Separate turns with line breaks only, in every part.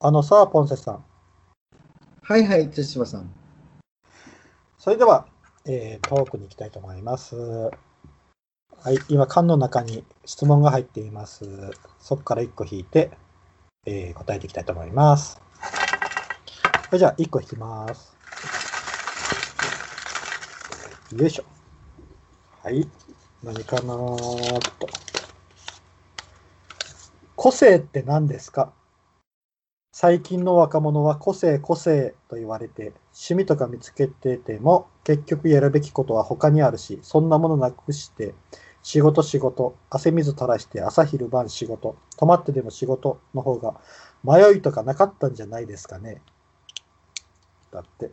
あのさ、ポンセさん。
はいはい、対馬さん。
それでは、えートークに行きたいと思います。はい、今、缶の中に質問が入っています。そこから1個引いて、えー答えていきたいと思います。それじゃあ、1個引きます。よいしょ。はい、何かなーっと。個性って何ですか最近の若者は個性個性と言われて趣味とか見つけてても結局やるべきことは他にあるしそんなものなくして仕事仕事汗水垂らして朝昼晩仕事止まってでも仕事の方が迷いとかなかったんじゃないですかねだって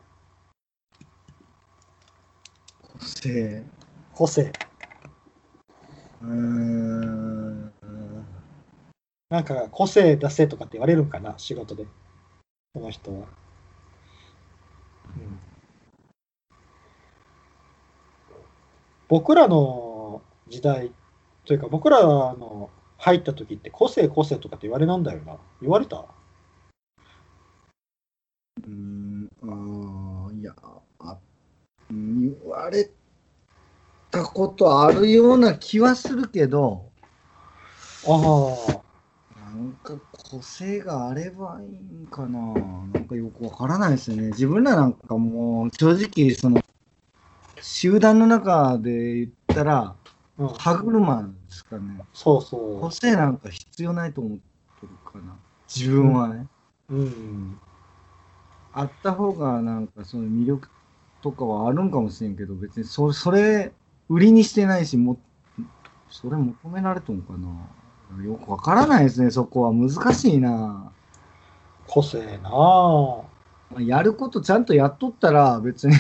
個性。
個性
うーん。
なんか個性出せとかって言われるんかな仕事でこの人は、うん、僕らの時代というか僕らの入った時って個性個性とかって言われなんだよな言われた
うーん。ああ、いや、あ言われたことあるような気はするけど、
ああ
なんか個性があればいいんかな。なんかよくわからないですね。自分らなんかもう、正直、その、集団の中で言ったら、
うん、
歯車ですかね。
そうそ
個性なんか必要ないと思ってるかな。自分はね。
う、うん、
あった方がなんかその魅力とかはあるんかもしれんけど別にそそれ売りにしてないしもそれ求められとんかなよくわからないですねそこは難しいな、
個性なあ
まあやることちゃんとやっとったら別に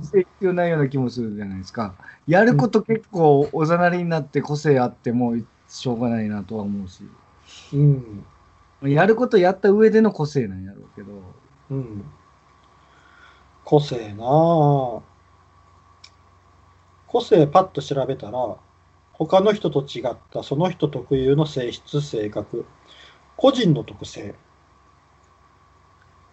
必要ないような気もするじゃないですかやること結構おざなりになって個性あってもしょうがないなとは思うし
うん
やることやった上での個性なんやろうけど
うん。個性なあ個性パッと調べたら、他の人と違ったその人特有の性質、性格、個人の特性。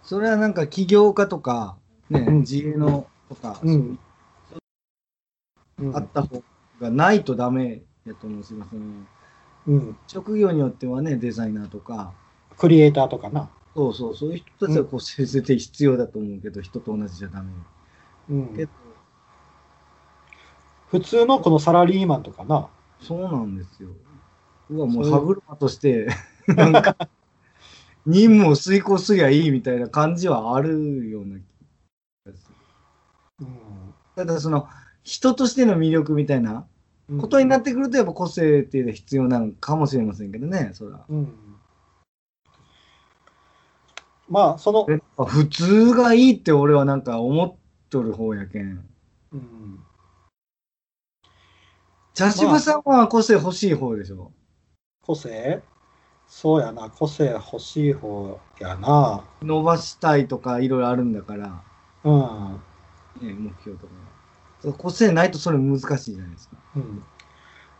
それはなんか起業家とか、ね、
うん
自営のとか、
うん。うん
あった方がないとダメやと思うしますね。
うん。
職業によってはね、デザイナーとか、
クリエイターとかな。
そうそう、そういう人たちはこう、先生って必要だと思うけど、人と同じじゃダメ。
う
け
ん
ど、、
普通のこのサラリーマンとかな。
そうなんですよ。うわ、も
そうう
歯車として、 なんか、任務を遂行すりゃいいみたいな感じはあるような気がする。
うん
ただ、その、人としての魅力みたいな、
うん
ことになってくると、やっぱ個性っていうのは必要なのかもしれませんけどね、そら。
うん。まあ、その、
あ普通がいいって俺はなんか思っとる方やけん。
うん、
茶芝さんは個性欲しい方でしょ。
個性そうやな、個性欲しい方やな。
伸ばしたいとかいろいろあるんだから、
うん。
ね、目標とか。そう個性ないとそれ難しいじゃないですか。
うん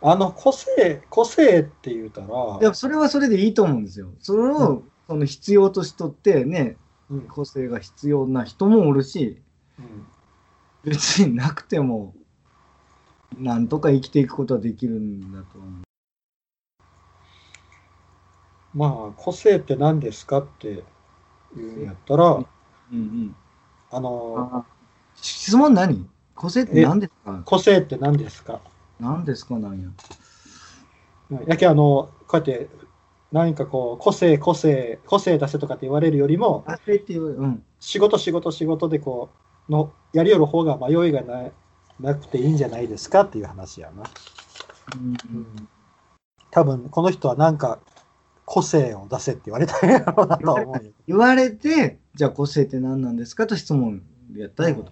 あの個性個性って言うたら、
いや、それはそれでいいと思うんですよ。それ
う
をその必要としとってね、
うん
個性が必要な人もおるし、
うん
別になくても、なんとか生きていくことはできるんだと思う。
まあ個性って何ですかって言うんやったら、
うんうん。
あの
あ質問何個性って何ですか
個性って何ですか
何ですかなんや。
うんやけあのこうやって何かこう個性個性個性出せとかって言われるよりも
あれっていう、うん。
仕事仕事仕事でこうのやりよる方が迷いがななくていいんじゃないですかっていう話やな。多分この人はなんか個性を出せって言われたんやろうなとは思うんやけど
言われて、じゃあ個性って何なんですかと質問やったいこと。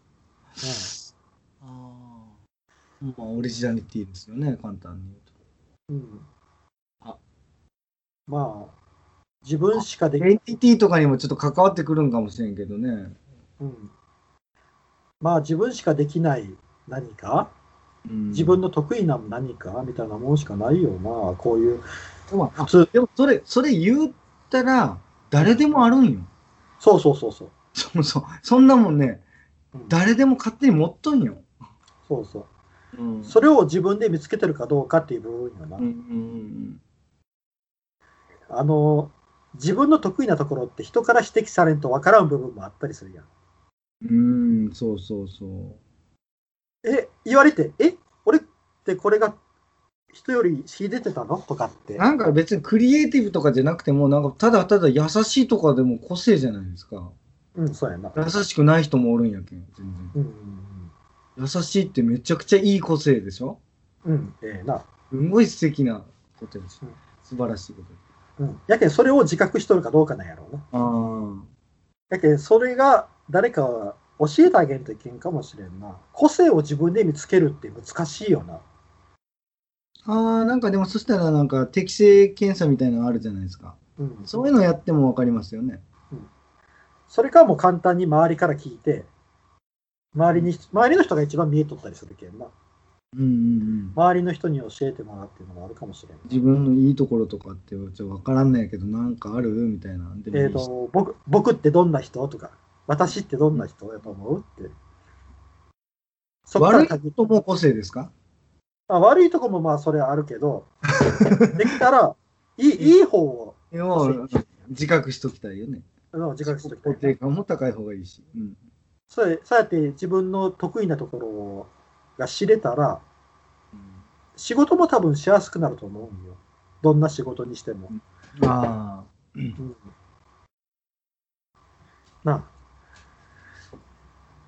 まあ、オリジナリティですよね、簡単に言うと。
うん
あま
まあ、自分しかで
イ
き
デンティティとかにもちょっと関わってくるんかもしれんけどね。
うん、まあ自分しかできない何か、
うん
自分の得意な何かみたいなもんしかないよな、こういう
でもあ
普通。
でもそれ、それ言ったら、誰でもあるんよ。
そうそうそうそう。
そうそう。そんなもんね、
うん
誰でも勝手に持っとんよ。
そうそう。
うん
それを自分で見つけてるかどうかっていう部分よな。
うんうん
あの、自分の得意なところって人から指摘されんと分からん部分もあったりするやん。
うん。うん、そうそうそう。
え、言われて、え、俺ってこれが人より秀でてたのとかって。
なんか別にクリエイティブとかじゃなくても、なんかただただ優しいとかでも個性じゃないですか。
うん、そうやな。
優しくない人もおるんやけん、全然。
うんうん
優しいってめちゃくちゃいい個性でしょ
うん、うん、ええな。
すごい素敵なことやし
うん、
素晴らしいことや。
うん。やけん、それを自覚しとるかどうかなんやろうな。
ああ。
やけん、それが誰かは教えてあげんといけんかもしれんな。個性を自分で見つけるって難しいよな。
ああ、なんかでもそしたらなんか適性検査みたいなのあるじゃないですか。
うん、
そういうのやってもわかりますよね。
それかもう簡単に周りから聞いて、周りに、周りの人が一番見えとったりするけんな。
うんうんうん。
周りの人に教えてもらうっていうのもあるかもしれん。
自分のいいところとかってちょっとわからんないけど、なんかあるみたいな。でも
えー、と僕僕ってどんな人とか、私ってどんな人やと思うって。そっか
悪
ら
い
限っ
人も個性ですか
あ悪いとこもまあそれはあるけ ど、できたらいいいい方を
要は自覚しときたいよね。
あの自覚しておきた
肯
い
定感も高い方がいいし。うん。
そうやそうやって自分の得意なところが知れたら、仕事も多分しやすくなると思うんよ。どんな仕事にしても。
ああ。
うんなあ。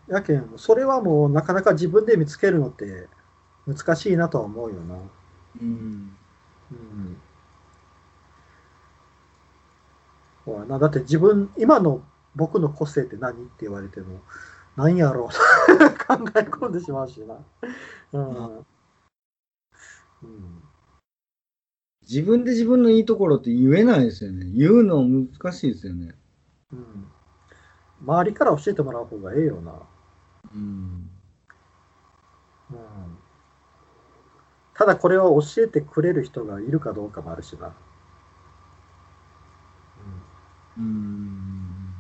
やけん、それはもうなかなか自分で見つけるのって難しいなとは思うよな。
うん。
うん。そうやなだって自分、今の僕の個性って何って言われても、何やろう 考え込んでしまうしな。うん。うん、
自分で自分のいいところって言えないですよね。言うの難しいですよね。
うん。周りから教えてもらう方がええよな。
うん。
うんただこれを教えてくれる人がいるかどうかもあるしな。
うん。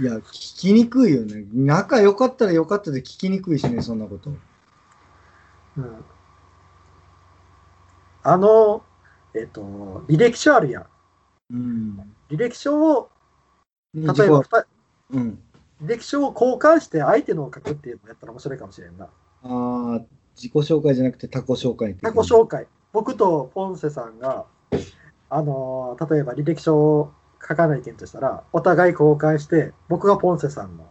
いや、聞きにくいよね。仲良かったら良かったで聞きにくいしね、そんなこと。
うんうんあの、えっ、と、履歴書あるやん。
うん。
履歴書を、
例
例えば、ふた
うん。
履歴書を交換して相手のを書くっていうのやったら面白いかもしれんな。
ああ、自己紹介じゃなくて他己紹介って。
自己紹介。僕とポンセさんが、あのー例えば履歴書を書かないけんとしたら、お互い交換して、僕がポンセさんの。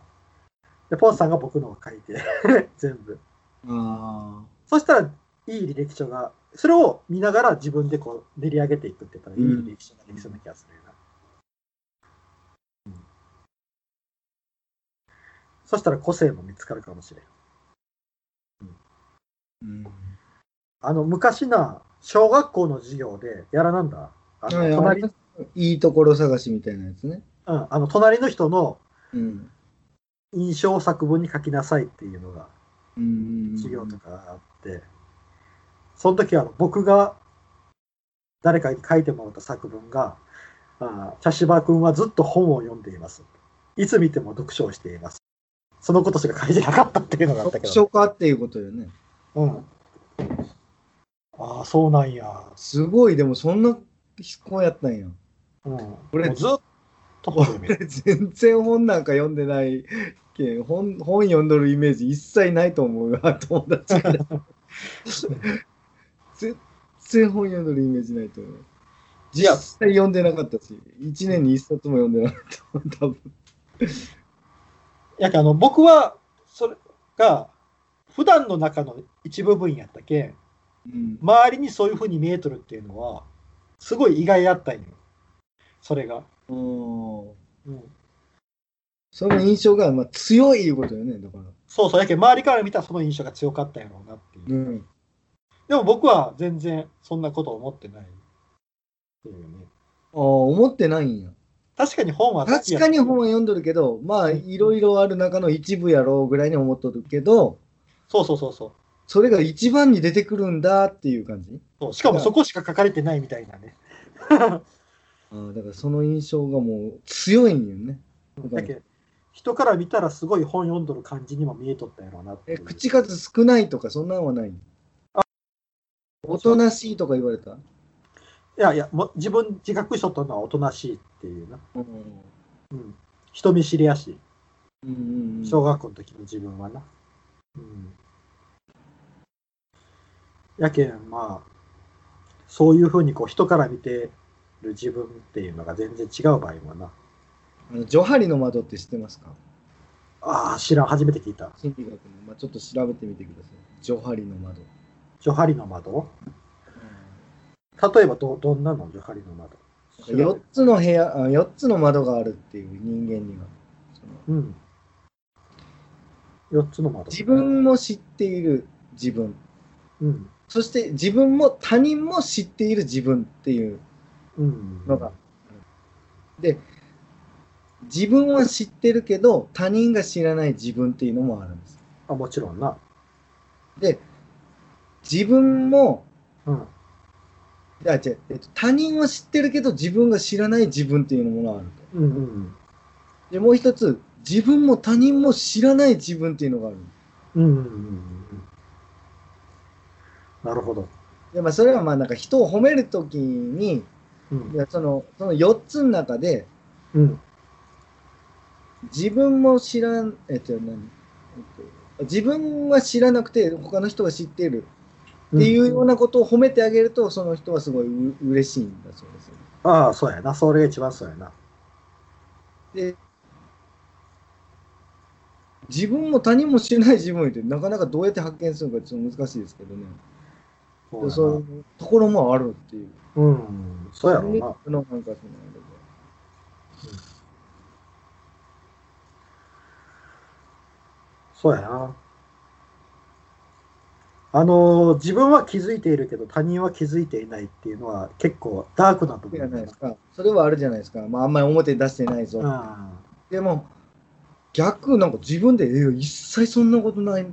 で、ポンセさんが僕のを書いて、 全部。
ああ。
そしたら、いい履歴書が、それを見ながら自分でこう練り上げていくって言ったら、いい
うん
履歴書ができそうな気がするよな。うんそしたら個性も見つかるかもしれん。
うん。
あの、昔な、小学校の授業でやらなんだ。あ
はい
の、
あ
隣
りま、すいいところ探しみたいなやつね。
うん、あの、隣の人の
うん。
印象を作文に書きなさいっていうのが、
うん
授業とかあって、その時は僕が誰かに書いてもらった作文が、あー茶芝君はずっと本を読んでいます。いつ見ても読書をしています。そのことしか書いてなかったっていうのがあったけ
読
ど。
書家っていうことよね。
うん、ああ、そうなんや。
すごい、でもそんな子やったんや。
うん、
俺
もうずっと本読みる。
全然本なんか読んでないけん本本読んどるイメージ一切ないと思うわ、友達 から。全然本読んどるイメージないと思う。
い
実
や
際読んでなかったし、1年に1冊も読んでなかった。多分
やけんあの僕はそれが普段の中の一部分やったけん、
うん
周りにそういうふうに見えとるっていうのは、すごい意外やったんよ。それが。
うん
うん、
その印象がまあ強いいうことよね、だから。
そうそう、やけん周りから見たらその印象が強かったんやろうなっていう。
うん
でも僕は全然そんなこと思ってない。っていうね。
ああ、思ってないんや。
確かに本は好き
確
や
かに本は読んどるけど、まあ、いろいろある中の一部やろうぐらいに思っとるけど、
そうそうそうそう
それが一番に出てくるんだっていう感じ。
そう。しかもそこしか書かれてないみたいなね。
ああ、だからその印象がもう強いんよね。
だけど人から見たらすごい本読んどる感じにも見えとったやろうなってい
え、
う
口数少ないとかそんなんはないおとなしいとか言われた
いやいやも自分自覚しとったのはおとなしいっていうな、
うん。
うん、人見知りやし
うんうん。
小学校の時の自分はな、うん、やけんまあそういうふうにこう人から見てる自分っていうのが全然違う場合もな
あのジョハリの窓って知ってますか
ああ知らん初めて聞いた
心理学の、まあ、ちょっと調べてみてください。ジョハリの窓。
ジョハリの窓例えばどどんなのジョハリの窓
4つの部屋、あ4つの窓があるっていう人間には。そ
う
の
ん。4つの窓。
自分も知っている自分。
うん。
そして自分も他人も知っている自分っていう
うん。
のが。で、自分は知ってるけど、他人が知らない自分っていうのもあるんです。
あ、もちろんな。
で、自分も、
うん。
あ違うえっと、他人は知ってるけど、自分が知らない自分っていうものがあると。
うんうん
で、もう一つ、自分も他人も知らない自分っていうのがある。
うん。うんうんうんうん。なるほど。
で、まあ、それはまあ、なんか人を褒めるときに、
うん
い。やその、その4つの中で、
うん。
自分も知らん、えっと、何、えっと、自分は知らなくて、他の人が知っているっていうようなことを褒めてあげると、その人はすごいう嬉しいんだそうですよね。
ああ、そうやな。それが一番そうやな。
で自分も他人も知らない自分ってなかなかどうやって発見するのかちょっと難しいですけどね。
そ
そうう
や
そういうところもあるっていう。
な。うん。そうやろうな。
それのなんかそのあれで
そうやな。あのー自分は気づいているけど他人は気づいていないっていうのは結構ダークな部
じゃ
分
な
だよ
いで
な
すか。それはあるじゃないですか。まあ、あんまり表に出してないぞ。でも、逆、なんか自分で、え一切そんなことない、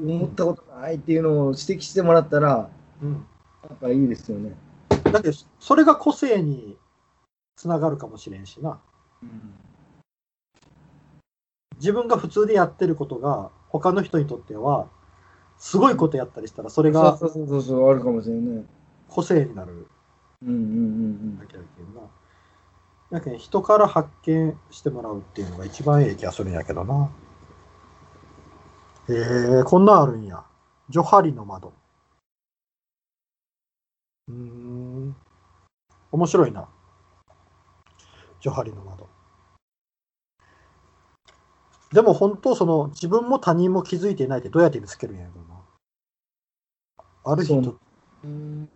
思ったことないっていうのを指摘してもらったら、
うん。うん
なんかいいですよね。
だってそれが個性につながるかもしれんしな自分が普通でやってることが他の人にとってはすごいことやったりしたらそれ
そう
が
そうそうそうそう、あるかもしれない。
個性になる
うんうんうん
わけやけんなやけん人から発見してもらうっていうのが一番ええ気がするんやけどなえー、こんなんあるんやジョハリの窓うーん面白いなジョハリの窓でも本当その自分も他人も気づいていないってどうやって見つけるんやろうなある日
そ
と
ううん。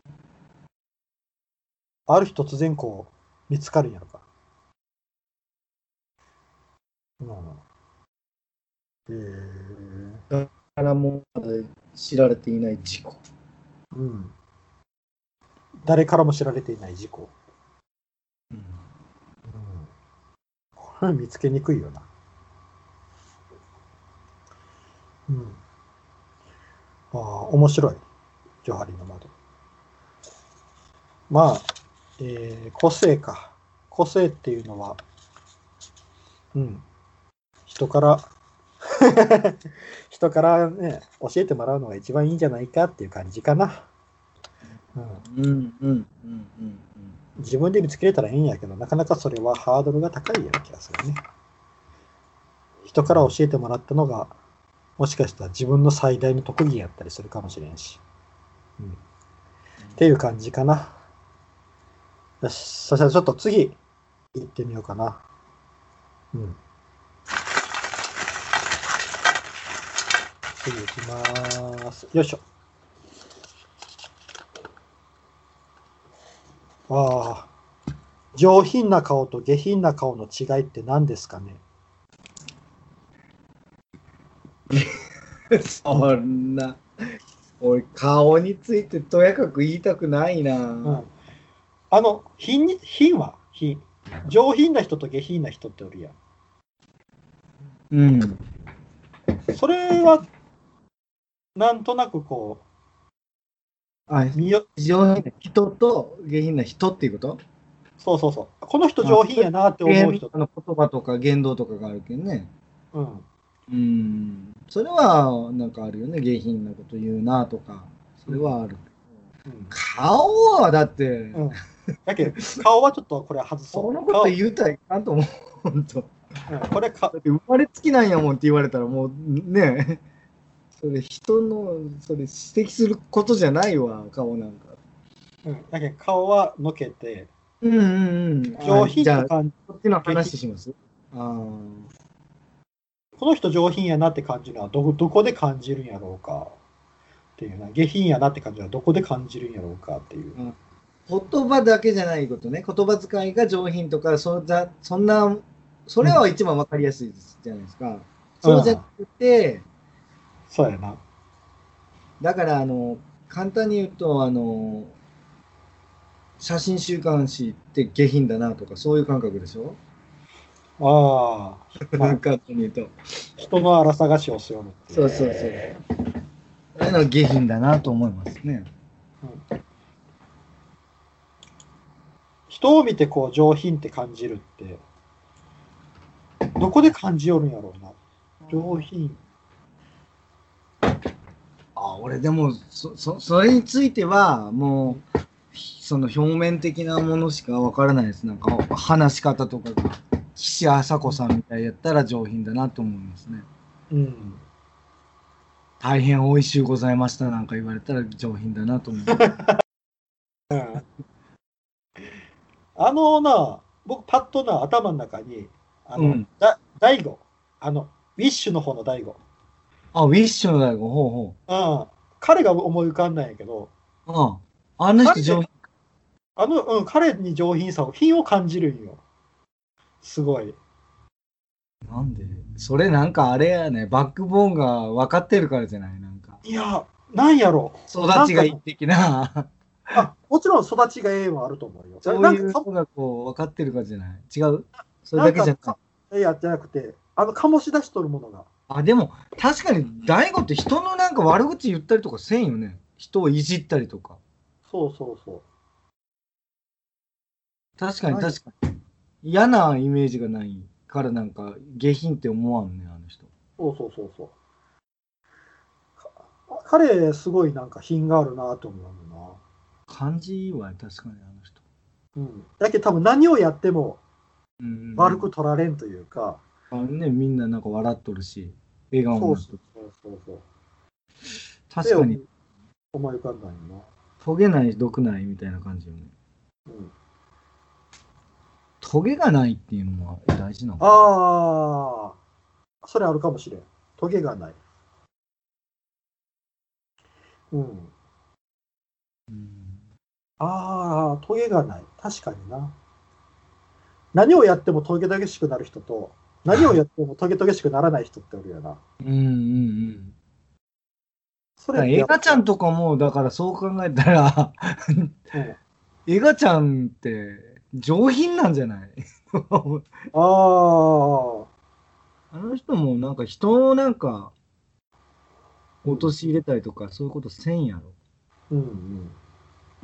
ある日突然こう見つかるんやろか。うん。えー、
からもう知られていない事故。
うん。誰からも知られていない事故。うん。これは見つけにくいよな。うん。ああ、面白い。ジョハリの窓。まあ、えー個性か。個性っていうのは、うん。人から、 人からね、教えてもらうのが一番いいんじゃないかっていう感じかな。うん。
うんうんうんうん
自分で見つけれたらいいんやけど、なかなかそれはハードルが高いような気がするね。人から教えてもらったのが、もしかしたら自分の最大の特技やったりするかもしれんし。うん、っていう感じかな。よし、そしたらちょっと次、行ってみようかな。うん。次行きます。よいしょ。ああ。上品な顔と下品な顔の違いって何ですかね
うん。そんな。俺、顔についてとやかく言いたくないな。
うん。あの、品に、品は品。上品な人と下品な人っておるやん。
うん。
それは、なんとなくこ
あ、
う、見よ、
非常に人と下品な人っていうこと
そうそうそう。この人上品やなって思う人。
あの言葉とか言動とかがあるけんね。
うん。
うん。それは、なんかあるよね。下品なこと言うなとか。それはある。
うん
顔はだって、
うんだけど、顔はちょっとこれ外そう。
そのこと言うたらいかんと思う。 本当。だ
顔うんこれか、
って生まれつきなんやもんって言われたらもうねそれ人のそれ指摘することじゃないわ顔なんか
うん、だけど顔はのけて、
うんうんうん
上品
じゃ
な
あ
感じ、
こっちの話しますあ
この人上品やなって感じるのはどこどこで感じるんやろうかっていうな、下品やなって感じるのはどこで感じるんやろうかっていう。
ー言葉だけじゃないことね言葉遣いが上品とかそんなそんなそれは一番わかりやすいですじゃないですか、そうじゃなくて、
そうやな。
だからあの簡単に言うとあの写真週刊誌って下品だなとかそういう感覚でしょ、
ああ、まあ
簡単に言うと
人の荒探しをするのってい
そうそうそうああいうのは下品だなと思いますね
人を見てこう上品って感じるって、どこで感じよるんやろうな。上品。
あ俺でもそそそれについてはもうその表面的なものしかわからないですなんか話し方とかが岸朝子さんみたいやったら上品だなと思いますね
うん。
大変おいしゅうございましたなんか言われたら上品だなと思う
うんあのな、僕パッとな頭の中に、あの、
うん
だ大悟、あの、ウィッシュの方の大悟、
あウィッシュの大悟ほうほう
うん、彼が思い浮かんないんやけど、
ああ、あの人上品。
あの、うん、彼に上品さを、品を感じるんよ。すごい。
なんでそれなんかあれやね、バックボーンが分かってるからじゃないなんか。
いや、なんやろ
育ちが一的な。
あ、もちろん育ちがええはあると思うよ。
そう
ない
うん
か
のがこう分かってるからじゃない違うそれだけじ
な
ゃなんい
かいや、じゃなくて、あの、醸し出しとるものが。
あ、でも確かに大悟って人のなんか悪口言ったりとかせんよね。人をいじったりとか。
そうそうそう。
確かに
はい
確かに。嫌なイメージがないからなんか下品って思わんね、あの人。
そうそうそうそう。か彼、すごいなんか品があるなと思うよ
感じは確かにあの人。
な。うん。だけど多分何をやっても
うんうん
悪く取られんというか、
あね、みんななんか笑っとるし、笑顔
そ
も
う
なっと
そ
る
うそうそう。
確かに
で。思い浮かんだんよ
トゲない毒ないみたいな感じよね。
な。うん、
トゲがないっていうのは大事なの
ああ、それあるかもしれん。トゲがない。うん。
うん
ああ、トゲがない。確かにな。何をやってもトゲトゲしくなる人と、何をやってもトゲトゲしくならない人っておるよな。
うんうん
そ
うん。
れ
映画ちゃんとかも、だからそう考えたら、
うん
映画ちゃんって上品なんじゃない あ
ああ、
の人もなんか人をなんか、落とし入れたりとか、そういうことせんやろ。
うんうん。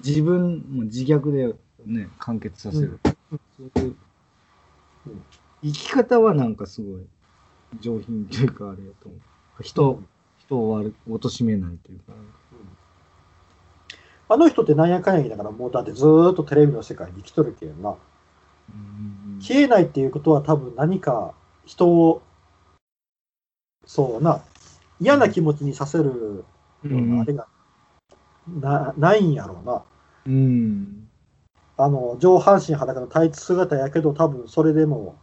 自分も自虐でね、完結させる。そういう
うん
生き方はなんかすごい上品というかあれやと思う。人、人を悪く貶めないというか。
あの人ってなんやかんや言いながら、もうだってずーっとテレビの世界に生きとるけんな。
うん
消えないっていうことは多分何か人を、そうな、嫌な気持ちにさせるよ
う
うなあ
ん
れがなないんやろうな。
うん。
あの、上半身裸のタイツ姿やけど、多分それでも、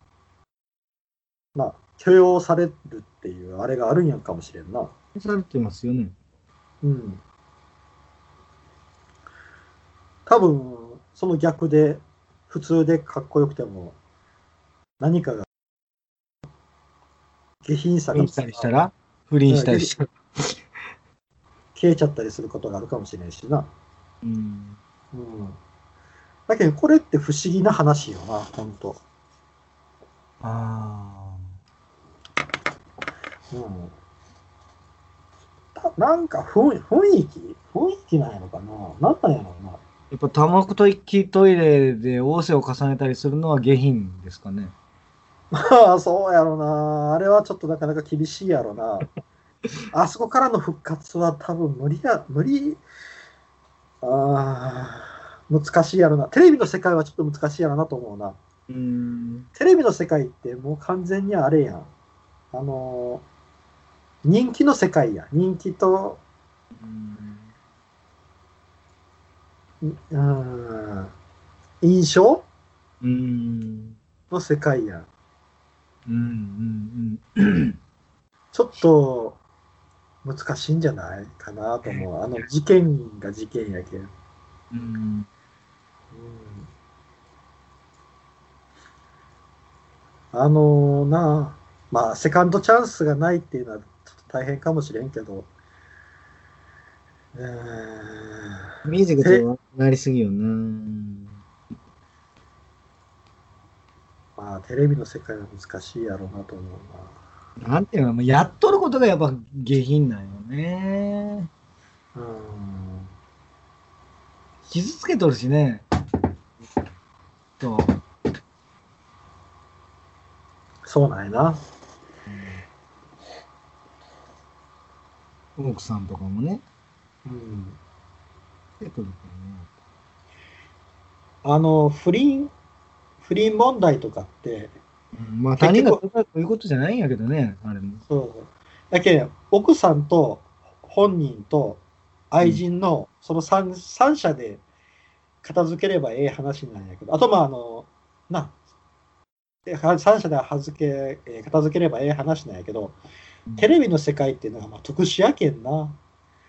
まあ、許容されるっていうあれがあるんやんかもしれんな。
されてますよね。
うん。多分、その逆で、普通でかっこよくても、何かが、下品さ
不
が
倫したりしたら不倫したりしたら。
消えちゃったりすることがあるかもしれんしな。
うん。
うん。だけど、これって不思議な話よな、ほんと。
あ
うん。たなんか雰雰囲気雰囲気なんやろかななんなんやろうな。
あ。やっぱ多目的トイレで大勢を重ねたりするのは下品ですかね。
まあ、 そうやろな。あれはちょっとなかなか厳しいやろな。あそこからの復活は多分無理や、無理。あー難しいやろな。テレビの世界はちょっと難しいやろなと思うな。
うん。
テレビの世界ってもう完全にあれやん。あのー人気の世界や。人気と、うーん、印象
うん。
の世界やん。
うん。
ちょっと難しいんじゃないかなと思う。あの事件が事件やけん。うん
うん。うん。
あのなあ、まあ、セカンドチャンスがないっていうのはちょっと大変かもしれんけど、うーん、
ミュージックとなりすぎよな。
まあ、テレビの世界は難しいやろうなと思う
なんていうの、もうやっとることがやっぱ下品なんよね。
な。うん
傷つけとるしね。と。
そうなんやな。
奥さんとかもね。
うん、
出てくるか
あの、不倫、不倫問題とかって、
らね。うん、まあ他
結
人が
局
とかこういうことじゃないんやけどね、あれも。
そう。だけど、奥さんと本人と愛人の、その 3, 三者で片付ければええ話なんやけど、あとまあ、あの、な、3者ではずけえー片付ければええ話なんやけど、テレビの世界っていうのはまあ特殊やけんな。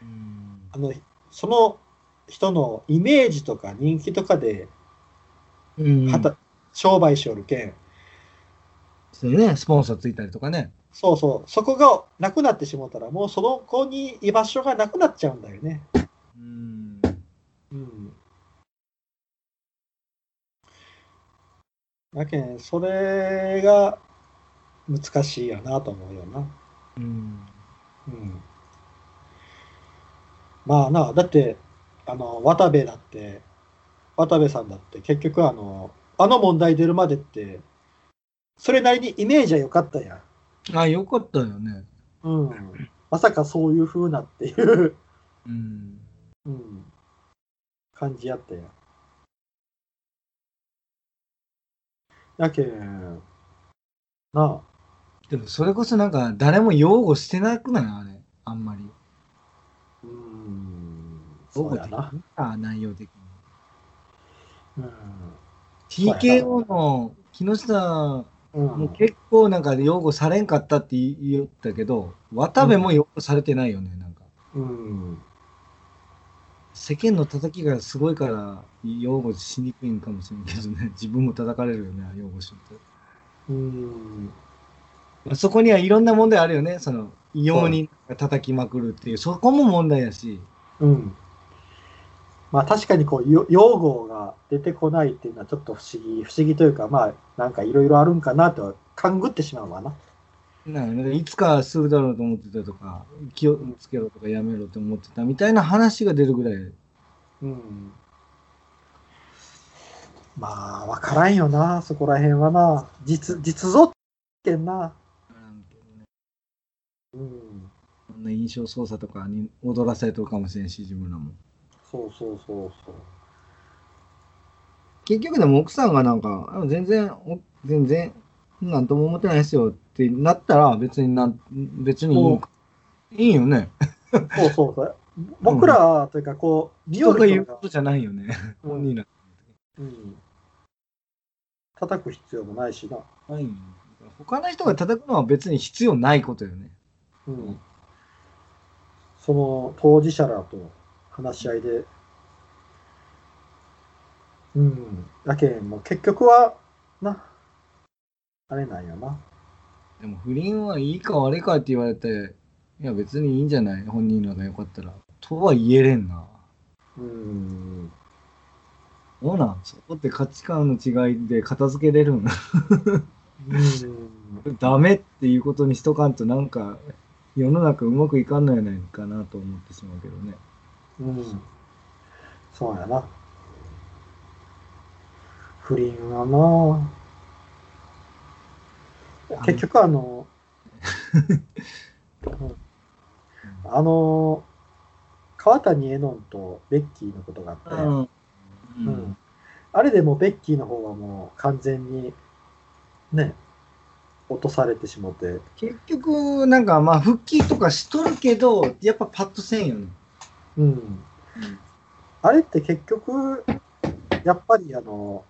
うん
あの、その人のイメージとか人気とかで、
うん。
はた商売しよるけん、
そうね、スポンサーついたりとかね。
そうそう、そこがなくなってしもうたら、もうその子に居場所がなくなっちゃうんだよね。
うん。
うんだけん、それが難しいよなと思うよな。
うん。
うん、まあな、だって、あの、渡部だって、渡部さんだって、結局あの、あの問題出るまでって、それなりにイメージは良かったや
あ、よかったよね。
ん。うん。まさかそういう風なっていう、
うん。
うん、感じやったやん。やけん、なあ、
でもそれこそなんか誰も擁護してなくないあれ。あんまり。
うーん、
擁
そう
護
やな。
にあ、内容的に。
うんそうやな
TKO の木下
う
も
ん、
結構なんか擁護されんかったって言ったけど、渡部も擁護されてないよね、なんか。
うん、
世間の叩きがすごいから擁護しにくいんかもしれんけどね、 自分も叩かれるよね、擁護しと
うん、
まあそこにはいろんな問題あるよね、その、異様に叩きまくるっていう、そこも問題やし、
うん。まあ確かにこう、よ用語が出てこないっていうのはちょっと不思議、不思議というか、まあなんかいろいろあるんかなと、勘ぐってしまうわな。
なんかいつかするだろうと思ってたとか、気をつけろとかやめろと思ってたみたいな話が出るぐらい、
うん。まあ、わからんよな、そこら辺はな。実、実像ってんな。うん。
そんな印象操作とかに踊らされてるかもしれんし、自分らも。
そうそうそうそう。
結局でも奥さんがなんか、あ全然、お全然、なんとも思ってないですよってなったら、別になん、別にいいのかいいよね。
そうそうそう。僕らというか、こう、美
人
容
が言う
人
こ
が、
とじゃないよね。
うん
本人ら。
うん、叩く必要もないしな。
はい。他の人が叩くのは別に必要ないことよね。
うん。その当事者らと話し合いで、うん。だけんもう結局は、な、あれなんやな。
でも不倫はいいか悪いかって言われて、いや別にいいんじゃない本人らがよかったら。とは言えれんな。
うん。
そうなんそこって価値観の違いで片付けれるん
うん
ダメっていうことにしとかんとなんか世の中うまくいかんのやないかなと思ってしまうけどね。
うん。そうやな。不倫はな
あの
結局あ の、うんあの、川谷絵音とベッキーのことがあって、
うん。う
うんん。あれでもうベッキーの方はもう完全にね、落とされてしまって、
結局、なんかまあ、復帰とかしとるけど、やっぱパッとせんよね。
うん。あれって結局、やっぱりあの、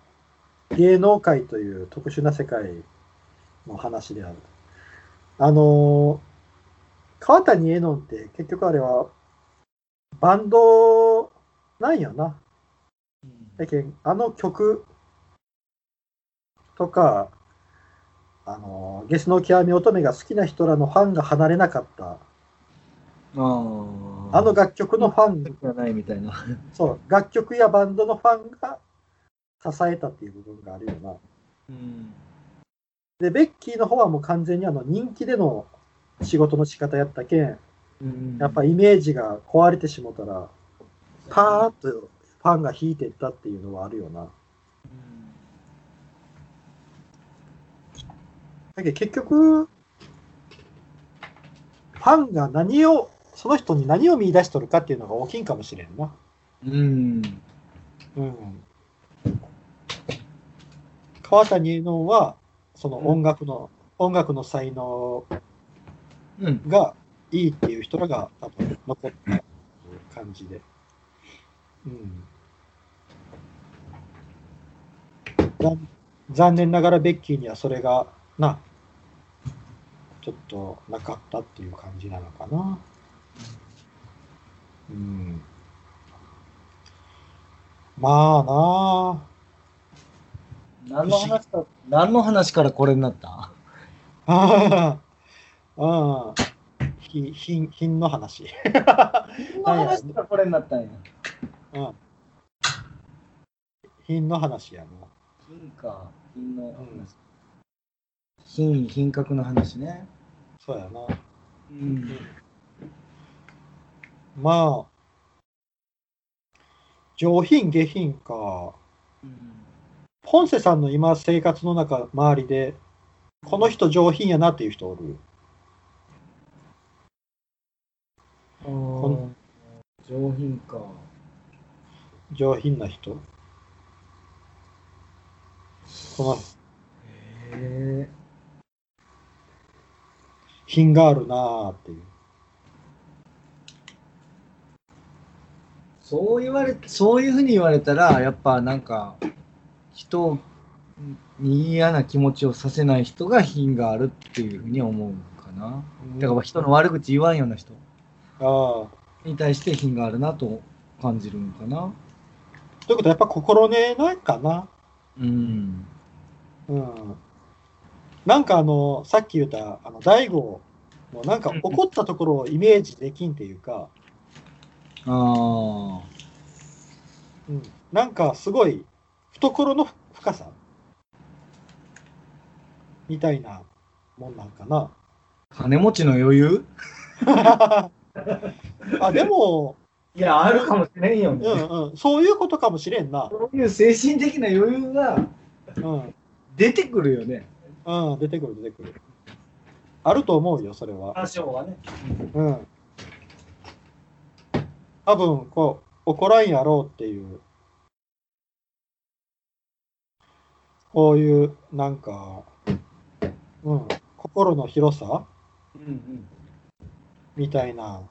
芸能界という特殊な世界の話である。あの、川谷絵音って結局あれは、バンドなんやな。だけんあの曲とか、あの、ゲスの極み乙女が好きな人らのファンが離れなかった、
ああ。
あの楽曲のファン
じゃないみたいな。
そう、楽曲やバンドのファンが支えたっていう部分があるよな。
うん。
で、ベッキーの方はもう完全にあの人気での仕事の仕方やったけん、やっぱ
り。
イメージが壊れてしもたら、パーッとファンが引いていったっていうのはあるよな。だけど結局、ファンが何を、その人に何を見出しとるかっていうのが大きいんかもしれんな。
うん。
うん。川谷絵音は、その音楽の、音楽の才能
うん。
がいいっていう人らが多分残った感じで。うん。残残念ながらベッキーにはそれがな、ちょっとなかったっていう感じなのかな。うん。まあなあ。
何の話か、何の話からこれになった
ああ、ひ品品の話。
何の話からこれになったんや。
うん。品の話やな。
金か、金の
うん
話。金、品格の話ね。
そうやな。
うん。
まあ、上品下品か。ポンセさんの今生活の中、周りで、この人上品やなっていう人おる。
うん。上品か。
上品な人。この
へえ。
品があるなあっていう。
そう言われそういうふうに言われたらやっぱなんか人に嫌な気持ちをさせない人が品があるっていうふうに思うかなだから人の悪口言わんような人
ああ。
に対して品があるなと感じるんかな
ということはやっぱ心根なんかな。
うん
うんなんかあの、さっき言った、あの、大悟のなんか怒ったところをイメージできんっていうか、
ああ
うん、なんかすごい懐の深さみたいなもんなんかな。
金持ちの余裕
あ、でも、
いやあるかもしれんよ
うんうん、そういうことかもしれんな。
そういう精神的な余裕が
うん、
出てくるよね
うん、出てくる出てくる。あると思うよ、それは。
多少はね
うん。多分、こう、怒らんやろうっていう。こういう、なんか、うん、心の広さ
うんうん
みたいな。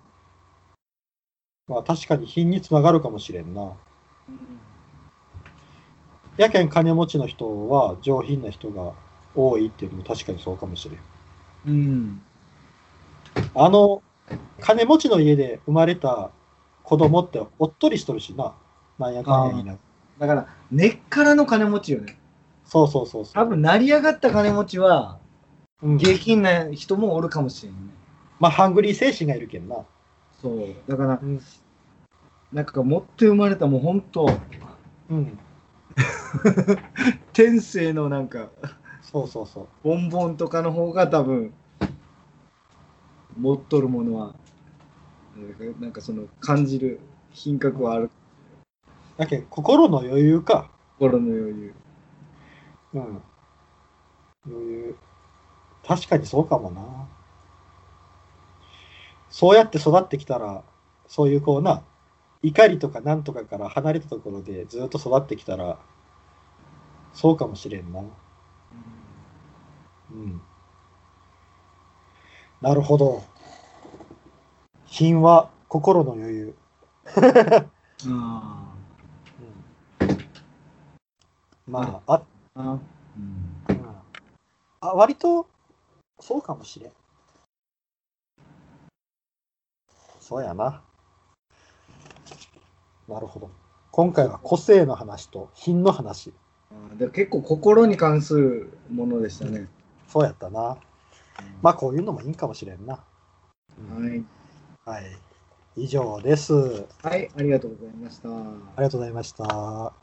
まあ、確かに品につながるかもしれんな。やけん金持ちの人は上品な人が多いっていうのも確かにそうかもしれん。
うん
あの、金持ちの家で生まれた子供っておっとりしとるしな。なんやかんや言いながら
だから根っからの金持ちよね
そうそうそうそ
多
う。
分成り上がった金持ちは
うん
下品な人もおるかもしれんね
まあ、ハングリー精神がいるけんな。
そうだから
うん。
なんか持って生まれたもうほんと
うん、
天性のなんか
そうそうそう。
ボンボンとかの方が多分持っとるものはなんかなんかその感じる品格はある
だけど、心の余裕か。
心の余裕
うん。余裕。確かにそうかもな。そうやって育ってきたら、そういうこうな、怒りとかなんとかから離れたところでずっと育ってきたら、そうかもしれんな。うん。なるほど。品は心の余裕。
あ
うん、まあ、あ
あ。あうん。
うんあ割とそうかもしれん。そうやな。なるほど。今回は個性の話と品の話。
あーで結構心に関するものでしたね。
そうやったな。まあこういうのもいいんかもしれんな。うん
はい。
はい。以上です。あり
はい、ありがとうございました。
がとうございました。